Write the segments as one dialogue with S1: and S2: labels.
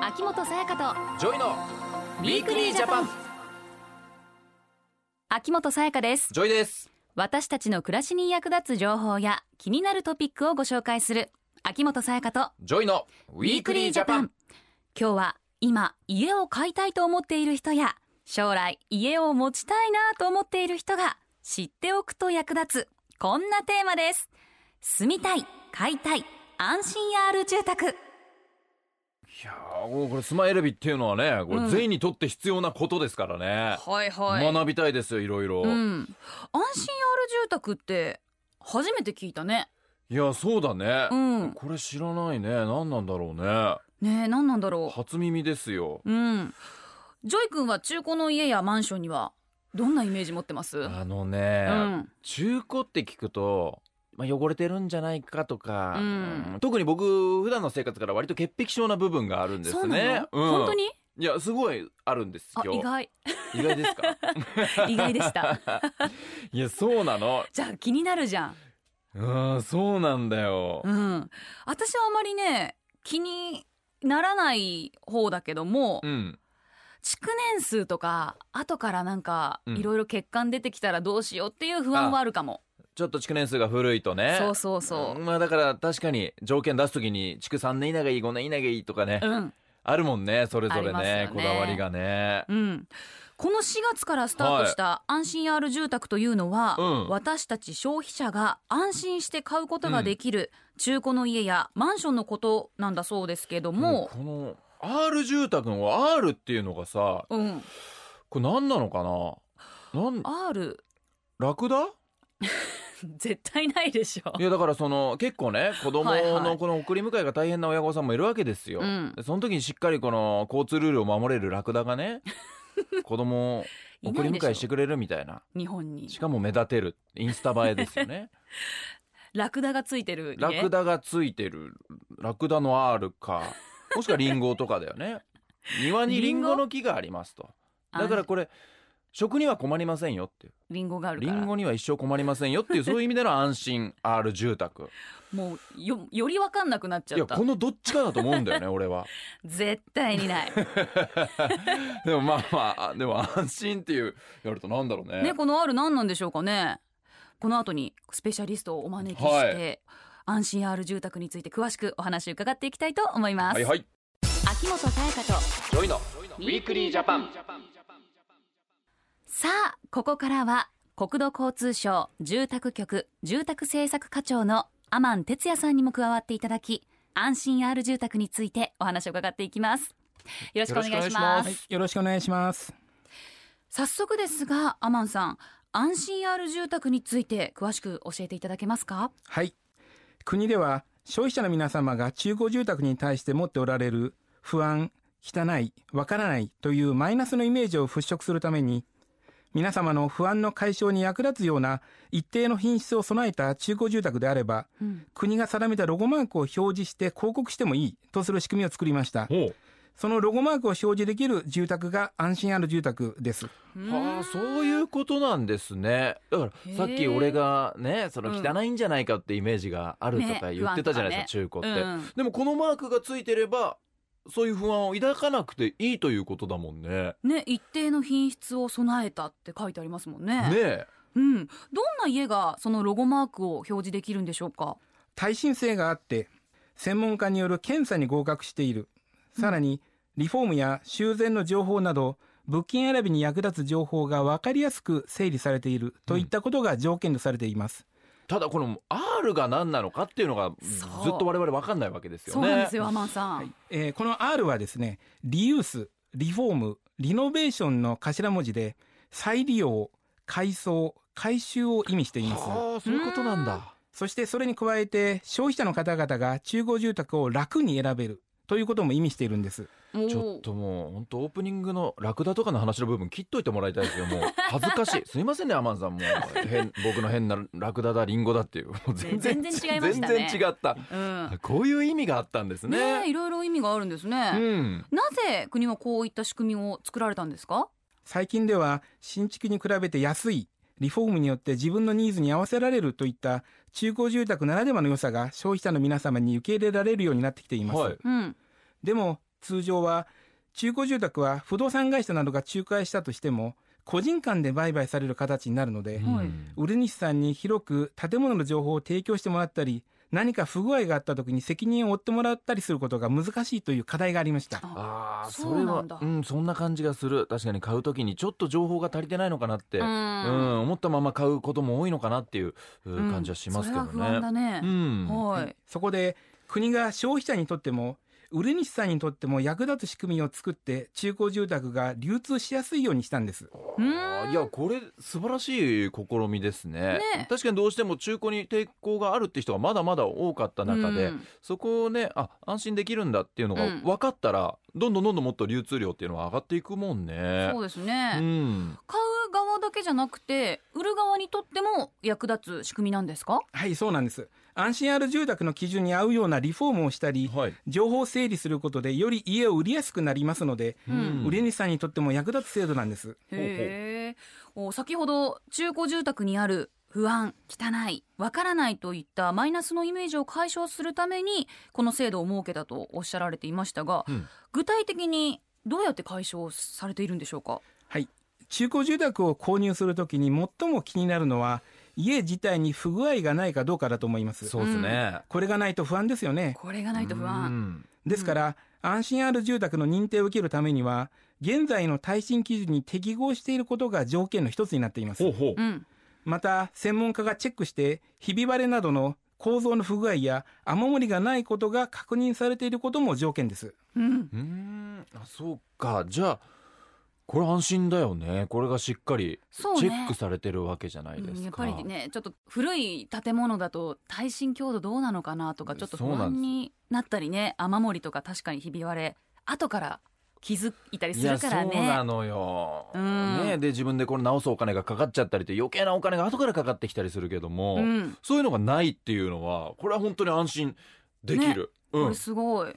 S1: 秋元さやかと
S2: ジョイのウィークリージャパン
S1: 秋元さやかです
S2: ジョイです
S1: 私たちの暮らしに役立つ情報や気になるトピックをご紹介する秋元さやかと
S2: ジョイのウィークリージャパン
S1: 今日は今家を買いたいと思っている人や将来家を持ちたいなと思っている人が知っておくと役立つこんなテーマです住みたい買いたい安心 R 住宅
S2: いやーこれスマイレビっていうのはねこれ全員にとって必要なことですからね、
S1: はい
S2: 学びたいですよいろいろ、
S1: うん、
S2: い
S1: 安心 R 住宅って初めて聞いたね
S2: やそうだね、
S1: うん
S2: これ知らないね何なんだろうね
S1: ねえ何なんだろ
S2: 初耳ですよ
S1: ううんジョイ君は中古の家やマンションにはどんなイメージ持ってます
S2: あのね、
S1: うん
S2: 中古って聞くと、まあ、汚れてるんじゃないかとか、
S1: うん
S2: うん特に僕普段の生活から割と潔癖症な部分があるんですね
S1: そうなの、
S2: うん
S1: 本当に
S2: いやすごいあるんです
S1: あ
S2: よ
S1: 意外
S2: 意外ですか
S1: 意外で した
S2: いやそうなの
S1: じゃあ気になるじゃん
S2: うんそうなんだよ
S1: う、ん私はあまりね気にならない方だけども
S2: うん、
S1: 築年数とか後からなんか
S2: うん
S1: いろいろ欠陥出てきたらどうしようっていう不安はあるかも、
S2: ちょっと築年数が古いとね
S1: そうそうそ
S2: んまあだから確かに条件出すときに築3年以内がいい5年以内がいいとかね、
S1: ううん
S2: あるもんねそれぞれ
S1: ありますよ
S2: ね
S1: ね
S2: こだわりがね
S1: うん、この4月からスタートした安心 R 住宅というのは、
S2: うん
S1: 私たち消費者が安心して買うことができる中古の家やマンションのことなんだそうですけども、
S2: この R 住宅の R っていうのがさ
S1: うん、
S2: これ何なのかななん
S1: R
S2: ラクダ
S1: 絶対ないでしょ
S2: い。やだからその結構ね子供
S1: はいは
S2: の
S1: い
S2: この送り迎えが大変な親御さんもいるわけですよ、
S1: うん
S2: でその時にしっかりこの交通ルールを守れるラクダ がね子供を
S1: い
S2: 送
S1: な
S2: り
S1: いで
S2: 迎えし
S1: してょ
S2: くれるみたいな
S1: 日本に
S2: しかも目立てるインスタ映えですよね
S1: ラクダが ついてる家
S2: ラクダがついてるラクダの R かもしくはリンゴとかだよね庭にリンゴの木がありますとだから
S1: あ
S2: これ食には困りませんよっていう
S1: リンゴがある
S2: リ
S1: から
S2: ンゴには一生困りませんよっていうそういう意味での安心 R 住宅
S1: もうよよりわかんなくなっち
S2: い
S1: ゃ
S2: や
S1: った
S2: このどっちかだと思うんだよね 俺は
S1: 絶対にない、
S2: でもまあまああでも安心っていうやるとなんだろうね
S1: ね、この R 何なんでしょうかねこの後にスペシャリストをお招きして、安心 R 住宅について詳しくお話伺っていきたいと思います、
S2: はいはい
S1: 秋元彩香と
S2: ジョイのウィークリージャパン
S1: さあここからは国土交通省住宅局住宅政策課長のアマン哲也さんにも加わっていただき安心 R 住宅についてお話を伺っていきますよろしくお願いします
S2: よろしくお願いしま
S3: はい、よろしくお願いします。
S1: 早速ですがアマンさん安心 R 住宅について詳しく教えていただけますか
S3: はい。国では消費者の皆様が中古住宅に対して持っておられる不安、汚い、わからないというマイナスのイメージを払拭するために、皆様の不安の解消に役立つような一定の品質を備えた中古住宅であれば、
S1: うん
S3: 国が定めたロゴマークを表示して広告してもいいとする仕組みを作りました。
S2: ほ
S3: そのロゴマークを表示できる住宅が安心ある住宅です。
S2: う はあそういうことなんですねだからさっ
S1: へえ
S2: き俺がねその
S1: うん
S2: 汚いんじゃないかってイメージがあるとか
S1: ね
S2: 言ってたじゃないですか、中古って、
S1: うん
S2: でもこのマークがついてればそういう不安を抱かなくていいということだもんね
S1: ね一定の品質を備えたって書いてありますもんね
S2: ねえ
S1: うんどんな家がそのロゴマークを表示できるんでしょうか
S3: 耐震性があって専門家による検査に合格しているさらにリフォームや修繕の情報など物件選びに役立つ情報が分かりやすく整理されているといったことが条件とされています、
S2: ただこの R が何なのかっていうのがず
S1: そう
S2: っと我々分かんないわけですよ
S1: そ
S2: ね
S1: うなんですよアマンさん、
S3: えーこの R はですねリユースリフォームリノベーションの頭文字で再利用改装改修を意味しています
S2: はあそういうことなんだ
S3: そしてそれに加えて消費者の方々が中古住宅を楽に選べるということも意味しているんです
S1: おー
S2: ちょっともう本当オープニングのラクダとかの話の部分切っといてもらいたいです よもう恥ずかしいすいませんねアマンさんもう変僕の変なラクダだリンゴだっていうもう全然
S1: ね全然違いましたね
S2: 全然違った
S1: うん
S2: こういう意味があったんです
S1: ねえ
S2: ね
S1: いろいろ意味があるんですね、
S2: うん
S1: なぜ国はこういった仕組みを作られたんですか
S3: 最近では新築に比べて安いリフォームによって自分のニーズに合わせられるといった中古住宅ならではの良さが消費者の皆様に受け入れられるようになってきています、
S2: はい
S1: うん
S3: でも通常は中古住宅は不動産会社などが仲介したとしても個人間で売買される形になるので、
S1: はい
S3: 売り主さんに広く建物の情報を提供してもらったり何か不具合があった時に責任を負ってもらったりすることが難しいという課題がありました
S2: ああ
S1: そ
S2: そうれ
S1: な
S2: は
S1: んだ
S2: うんそんな感じがする確かに買うときにちょっと情報が足りてないのかなって
S1: う
S2: うん
S1: ん
S2: 思ったまま買うことも多いのかなっていうう
S1: うん
S2: 感じはしますけど
S1: それは不安だね
S2: ねう、ん
S1: はい
S3: そこで国が消費者にとっても売り主さんにとっても役立つ仕組みを作って中古住宅が流通しやすいようにしたんです
S1: う
S2: あ
S1: ん
S2: ーいやこれ素晴らしい試みですね
S1: ね
S2: 確かにどうしても中古に抵抗があるって人がまだまだ多かった中で、
S1: うん
S2: そこをねあ安心できるんだっていうのが
S1: うん
S2: 分かったら、どんどんどんどんもっと流通量っていうのは上がっていくもんね
S1: そうですね、
S2: うん
S1: 買う側だけじゃなくて売る側にとっても役立つ仕組みなんですか
S3: はいそうなんです安心ある住宅の基準に合うようなリフォームをしたり
S2: はい、
S3: 情報を整理することでより家を売りやすくなりますので、
S1: うん
S3: 売り主さんにとっても役立つ制度なんです
S2: ほうほう
S1: へえお先ほど中古住宅にある不安汚いわからないといったマイナスのイメージを解消するためにこの制度を設けたとおっしゃられていましたが、
S2: うん
S1: 具体的にどうやって解消されているんでしょうか
S3: はい中古住宅を購入するときに最も気になるのは家自体に不具合がないかどうかだと思います
S2: そうですね、
S3: これがないと不安ですよね
S1: これがないと不
S2: う
S1: 安
S2: ん
S3: ですから、安心ある住宅の認定を受けるためには現在の耐震基準に適合していることが条件の一つになっています
S2: ほうほう
S1: うん、
S3: また専門家がチェックしてひび割れなどの構造の不具合や雨漏りがないことが確認されていることも条件です
S1: うん
S2: うーんあそうかじゃあこれ安心だよねこれがしっかり
S1: そう
S2: チ
S1: ね
S2: ェックされてるわけじゃないで
S1: うんや
S2: す
S1: っ
S2: か、
S1: ぱりねちょっと古い建物だと耐震強度どうなのかなとかちょっと不
S2: そうな
S1: 安
S2: んです
S1: になったりね雨漏りとか確かにひび割れ後から気づいたりするからね
S2: いやそうなのよ、
S1: うん
S2: ね、で自分でこれ直すお金がかかっちゃったりって余計なお金が後からかかってきたりするけども、
S1: うん、
S2: そういうのがないっていうのはこれは本当に安心できる、う
S1: こ
S2: ん
S1: れすごい、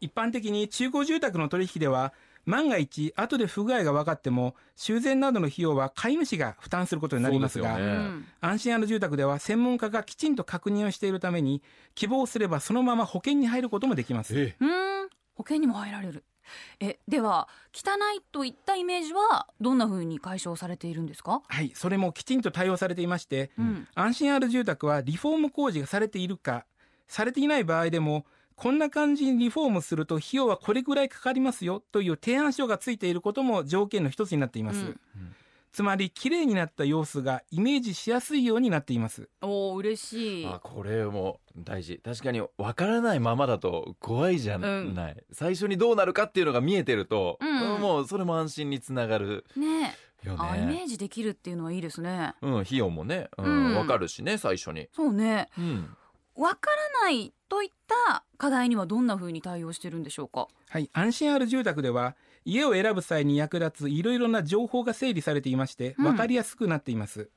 S3: 一般的に中古住宅の取引では万が一後で不具合が分かっても修繕などの費用は買い主が負担することになります
S2: そうで
S3: が
S2: すよね
S3: 安心ある住宅では専門家がきちんと確認をしているために希望すればそのまま保険に入ることもできます
S2: え
S1: うんうん保険にも入られるえでは汚いといったイメージはどんな風に解消されているんですか、
S3: はいそれもきちんと対応されていまして
S1: う
S2: うんん、
S3: 安心ある住宅はリフォーム工事がされているかされていない場合でもこんな感じにリフォームすると費用はこれぐらいかかりますよという提案書がついていることも条件の一つになっています、
S1: うん
S3: つまり綺麗になった様子がイメージしやすいようになっています
S1: おお嬉しい
S2: あこれも大事確かに分からないままだと怖いじゃない、最初にどうなるかっていうのが見えてると、
S1: うんうん
S2: もうそれも安心につながる
S1: ね
S2: よ
S1: あイメ
S2: ね
S1: ージできるっていうのはいいですね
S2: うん費用もね、うん
S1: うん
S2: 分かるしね最初に、
S1: そうね
S2: うん、
S1: わからないといった課題にはどんな風に対応してるんでしょうか
S3: はい安心ある住宅では家を選ぶ際に役立ついろいろな情報が整理されていまして
S1: うん
S3: 分かりやすくなっています、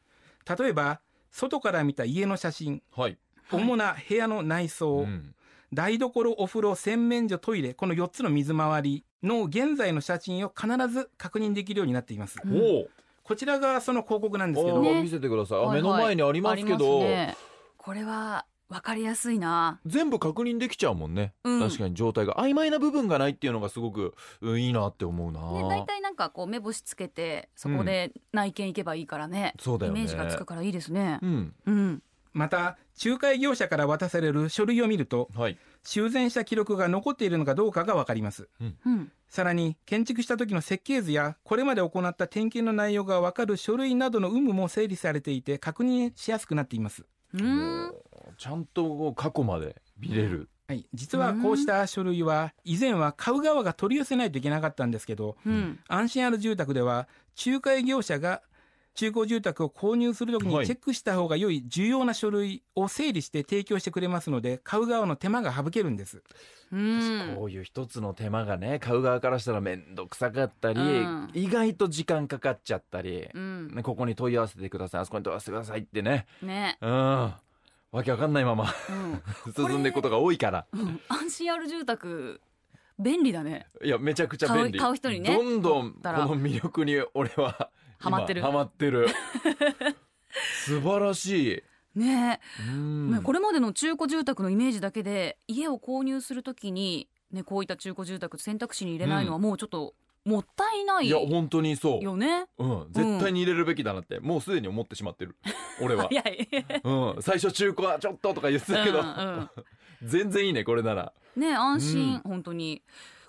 S3: 例えば外から見た家の写真
S2: はい、
S3: 主な部屋の内
S2: う
S3: 装、
S2: ん
S3: 台所お風呂洗面所トイレこの4つの水回りの現在の写真を必ず確認できるようになっています、
S1: うん
S2: おう
S3: こちらがその広告なんですけ
S2: あ
S3: ど、
S1: ね
S2: ー見せてください、あ
S1: はいはい
S2: 目の前にありますけど
S1: ありますねこれはわかりやすいな
S2: 全部確認できちゃうもんね、
S1: うん
S2: 確かに状態が曖昧な部分がないっていうのがすごくうんいいなって思うな、
S1: ね、大体なんかこう目星つけてそこで内見行けばいいからね、
S2: そうだ
S1: イ
S2: よ
S1: メ
S2: ね
S1: ージがつくからいいですね
S2: うん
S1: うん、
S3: また仲介業者から渡される書類を見ると
S2: はい
S3: 修繕した記録が残っているのかどうかがわかります
S1: うん、
S3: さらに建築した時の設計図やこれまで行った点検の内容がわかる書類などの有無も整理されていて確認しやすくなっています
S1: う
S2: も
S1: ん、
S2: うちゃんと過去まで見れる、
S3: はい、実はこうした書類は以前は買う側が取り寄せないといけなかったんですけど
S1: うん、
S3: 安心ある住宅では仲介業者が中古住宅を購入するとき
S2: は
S3: に
S2: い
S3: チェックした方が良い重要な書類を整理して提供してくれますので買う側の手間が省けるんです
S1: うん
S2: こういう一つの手間がね買う側からしたら面倒くさかったり、
S1: うん
S2: 意外と時間かかっちゃったり、
S1: うん
S2: ね、ここに問い合わせてくださいあそこに問い合わせてくださいってね
S1: ね、
S2: うんわけわかんないま ま
S1: うん
S2: 進んでいくことが多いから
S1: うん、安心ある住宅便利だね
S2: いやめちゃくちゃ便
S1: 買
S2: 利
S1: う買う人にね
S2: どんどん
S1: だっ
S2: こ
S1: たら
S2: の魅力に俺は
S1: ハマってる
S2: 今ハマっ てる素晴らしい、
S1: ね、
S2: うん
S1: ねこれまでの中古住宅のイメージだけで家を購入するときにね、こういった中古住宅選択肢に入れないのはもうちょっともったいない
S2: いや本当にそう
S1: よね。
S2: うん、絶対に入れるべきだなって、もうすでに思ってしまってる俺は、
S1: 早い。
S2: うん、最初中古はちょっととか言ってたけど、
S1: うん
S2: 全然いいねこれなら
S1: ね安心、
S2: うん
S1: 本当に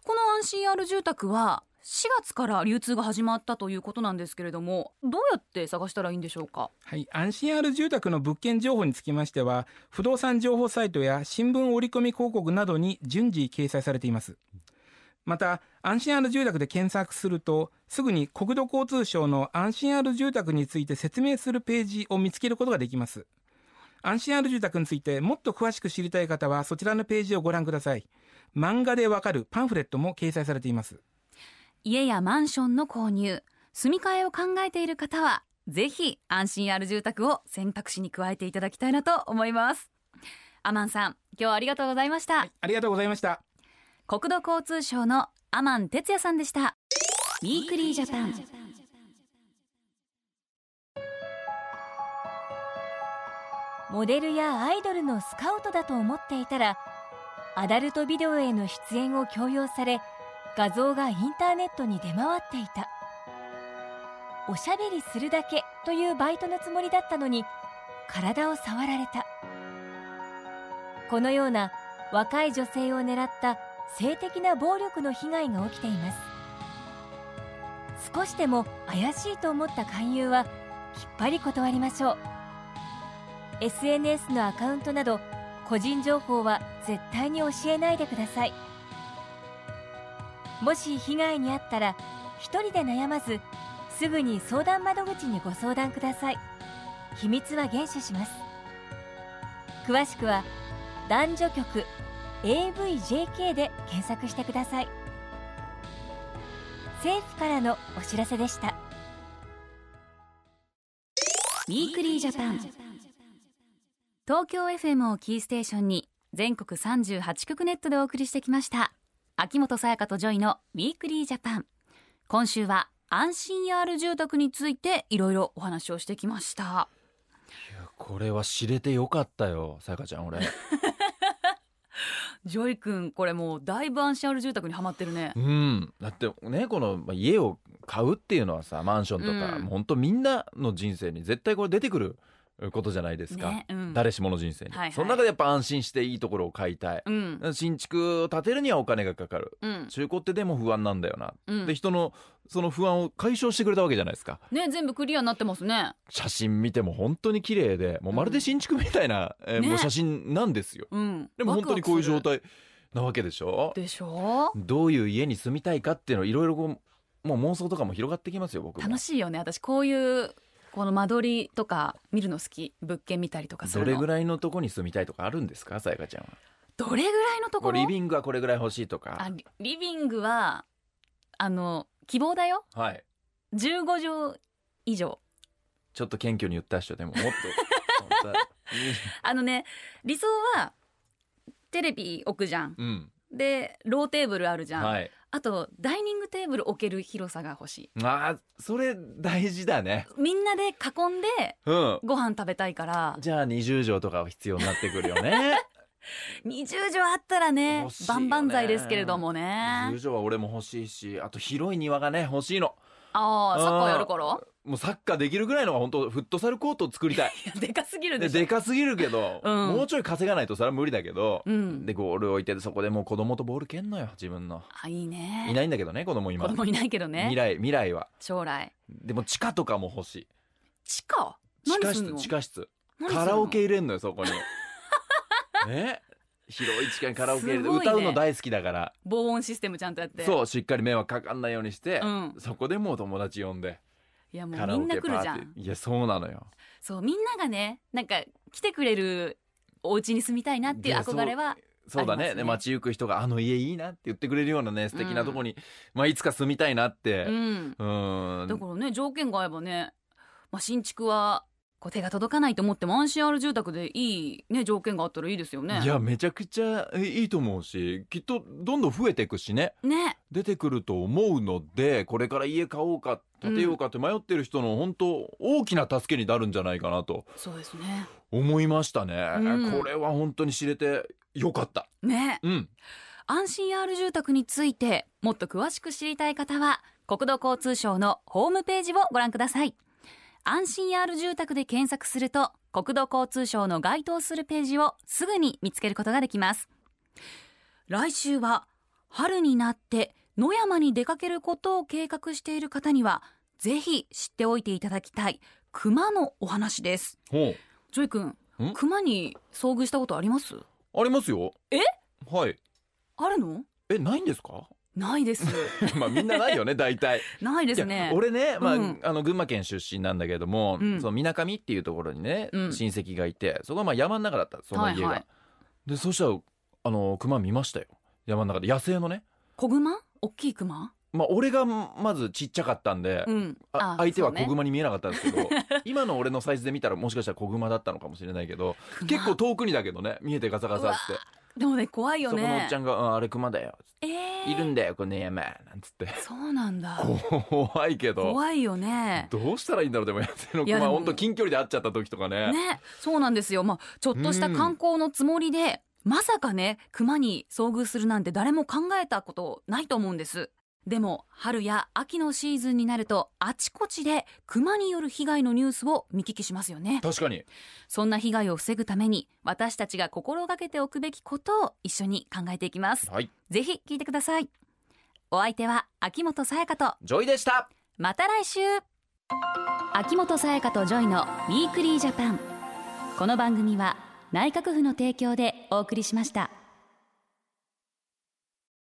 S1: この安心 R 住宅は4月から流通が始まったということなんですけれどもどうやって探したらいいんでしょうか
S3: はい、安心ある住宅の物件情報につきましては、不動産情報サイトや新聞折り込み広告などに順次掲載されています。また、安心ある住宅で検索すると、すぐに国土交通省の安心ある住宅について説明するページを見つけることができます。安心ある住宅についてもっと詳しく知りたい方は、そちらのページをご覧ください。漫画でわかるパンフレットも掲載されています。
S1: 家やマンションの購入住み替えを考えている方はぜひ安心 R 住宅を選択肢に加えていただきたいなと思いますアマンさん今日はありがとうございました、
S3: ありがとうございました。
S1: 国土交通省のアマン哲也さんでしたウィークリージャパン
S4: モデルやアイドルのスカウトだと思っていたらアダルトビデオへの出演を強要され画像がインターネットに出回っていたおしゃべりするだけというバイトのつもりだったのに体を触られたこのような若い女性を狙った性的な暴力の被害が起きています少しでも怪しいと思った勧誘はきっぱり断りましょう SNS のアカウントなど個人情報は絶対に教えないでくださいもし被害に遭ったら一人で悩まずすぐに相談窓口にご相談ください秘密は厳守します詳しくは男女局 AVJK で検索してください政府からのお知らせでした
S1: ウィークリージャパン東京 FM をキーステーションに全国38局ネットでお送りしてきました秋元才加とジョイのウィークリージャパン今週は安心 R 住宅についていろいろお話をしてきました
S2: これは知れてよかったよさやかちゃん俺
S1: ジョイ君これもうだいぶ安心 R 住宅にはまってるね
S2: うんだってねこのまあ家を買うっていうのはさマンションとか、
S1: うん
S2: もうほんとみんなの人生に絶対これ出てくることじゃないですか、
S1: ねうん
S2: 誰しもの人生に、
S1: はいはい
S2: その中でやっぱ安心していいところを買いたい、
S1: うん
S2: 新築を建てるにはお金がかかる
S1: うん
S2: 中古ってでも不安なんだよな、
S1: うん
S2: で人のその不安を解消してくれたわけじゃないですか
S1: ね全部クリアになってますね
S2: 写真見ても本当に綺麗でもうまるで新築みたいな、えー
S1: ね
S2: もう写真なんですよ
S1: うん
S2: でも本当にこういう状
S1: ワクワ
S2: 態なわけでしょ
S1: クするでしょ
S2: どういう家に住みたいかっていうのいろいろこうもう妄想とかも広がってきますよ僕も
S1: 楽しいよね私こういうこの間取りとか見るの好き物件見たりとかす
S2: ど
S1: るの
S2: れぐらいのとこに住みたいとかあるんですかさやかちゃんは
S1: どれぐらいのと
S2: こ
S1: こ
S2: う
S1: ろ
S2: リビングはこれぐらい欲しいと
S1: あ
S2: か
S1: リリビングはあの希望だよ
S2: はい
S1: 15畳以上
S2: ちょっと謙虚に言った人 でももっと本
S1: あのね理想はテレビ置くじゃん
S2: 当うん
S1: でローテーブルあるじゃん、
S2: はい
S1: あとダイニングテーブル置ける広さが欲しい
S2: あーそれ大事だね
S1: みんなで囲んで
S2: うん
S1: ご飯食べたいから
S2: じゃあ20畳とかは必要になってくるよ ね
S1: 20畳あったらね
S2: 欲しいよ
S1: 万
S2: ね
S1: 々歳ですけれども
S2: 10
S1: ね
S2: 畳は俺も欲しいしあと広い庭がね欲しいの
S1: ああサッカーやる
S2: か
S1: から
S2: もうサッカーできるぐらいのは本当フットサルコートを作りたい
S1: いやでかすぎる
S2: で
S1: でしょ
S2: でかすぎるけど、
S1: うん
S2: もうちょい稼がないとそれは無理だけど、
S1: うん
S2: でゴール置いてそこでもう子供とボール蹴んのよ自分の
S1: あいいね
S2: いないんだけどね子供今
S1: 子供いないけど
S2: 未
S1: ね
S2: 来未来は
S1: 将来
S2: でも地下とかも欲しい
S1: 地下
S2: 地下
S1: 何すん
S2: 室
S1: の
S2: 地下室
S1: 何すんの
S2: カラオケ入れんのよそこに ね広い時間にカラオケ入れて、
S1: すごいね
S2: 歌うの大好きだから
S1: 防音システムちゃんとやって
S2: そうしっかり迷惑かかんないようにして、
S1: うん
S2: そこでもう友達呼んで
S1: いやも
S2: カ
S1: う
S2: ラ
S1: み
S2: オ
S1: んな
S2: ケ
S1: 来
S2: パ
S1: る
S2: ー
S1: じ
S2: テ
S1: ゃ
S2: ィー
S1: ん
S2: いやそうなのよ
S1: そうみんながねなんか来てくれるお家に住みたいなっていう憧れは
S2: そうだ
S1: ありま
S2: ね
S1: すね
S2: で街行く人が「あの家いいな」って言ってくれるようなね素敵なとこに、まあ、いつか住みたいなって
S1: う
S2: うんーん
S1: だからね条件が合えばね、まあ、新築はこう手が届かないと思っても安心ある住宅でいい、ね、条件があったらいいですよね
S2: いやめちゃくちゃえいいと思うしきっとどんどん増えていくしね
S1: ね
S2: 出てくると思うのでこれから家買おうか建てようかって迷ってる人の本当大きな助けになるんじゃないかなと
S1: そうですね
S2: 思いましたね、
S1: うん
S2: これは本当に知れてよかった
S1: ね
S2: うん
S1: 安心 R 住宅についてもっと詳しく知りたい方は国土交通省のホームページをご覧ください安心 R 住宅で検索すると国土交通省の該当するページをすぐに見つけることができます来週は春になって野山に出かけることを計画している方にはぜひ知っておいていただきたい熊のお話です
S2: ほ
S1: ジョイ君
S2: ん
S1: 熊に遭遇したことあります
S2: うありますよ
S1: え
S2: はい
S1: あるの
S2: えないんですか
S1: ないです
S2: まあみんなないよね大体
S1: ない です
S2: い
S1: ね
S2: や俺ね、まあ
S1: うん
S2: あの群馬県出身なんだけども、
S1: うん
S2: そのみなかみっていうところにね、
S1: うん
S2: 親戚がいてそこはまあ山の中だったその家が、
S1: はいはい
S2: でそしたらあの熊見ましたよ山の中で野生のね
S1: 小熊大きい熊
S2: まあ俺がまずちっちゃかったんで、
S1: うん
S2: あ相手は
S1: そ
S2: 小
S1: うね
S2: 熊に見えなかったんです けど、今の俺のサイズで見たらもしかしたら小熊だったのかもしれない けど
S1: 熊
S2: 結構遠くにだけどね見えてガサガサって、
S1: でもね怖いよ
S2: そこのおっ
S1: ね
S2: ちゃんがうん「あれ熊だよ
S1: えー
S2: いるんだよこの山」なんつって
S1: そうなんだ
S2: 怖いけど
S1: 怖いよね
S2: どうしたらいいんだろうでも野生の
S1: いやで
S2: 熊
S1: も
S2: 本当近距離で会っちゃった時とかね
S1: ねそうなんですよまあちょっとした観光のつもりで、まさかね熊に遭遇するなんて誰も考えたことないと思うんですでも春や秋のシーズンになるとあちこちで熊による被害のニュースを見聞きしますよね
S2: 確かに
S1: そんな被害を防ぐために私たちが心がけておくべきことを一緒に考えていきます
S2: はい
S1: ぜひ聞いてくださいお相手は秋元さやかと
S2: ジョイでした
S1: また来週秋元才加とジョイの「ウィークリージャパン」この番組は内閣府の提供でお送りしました。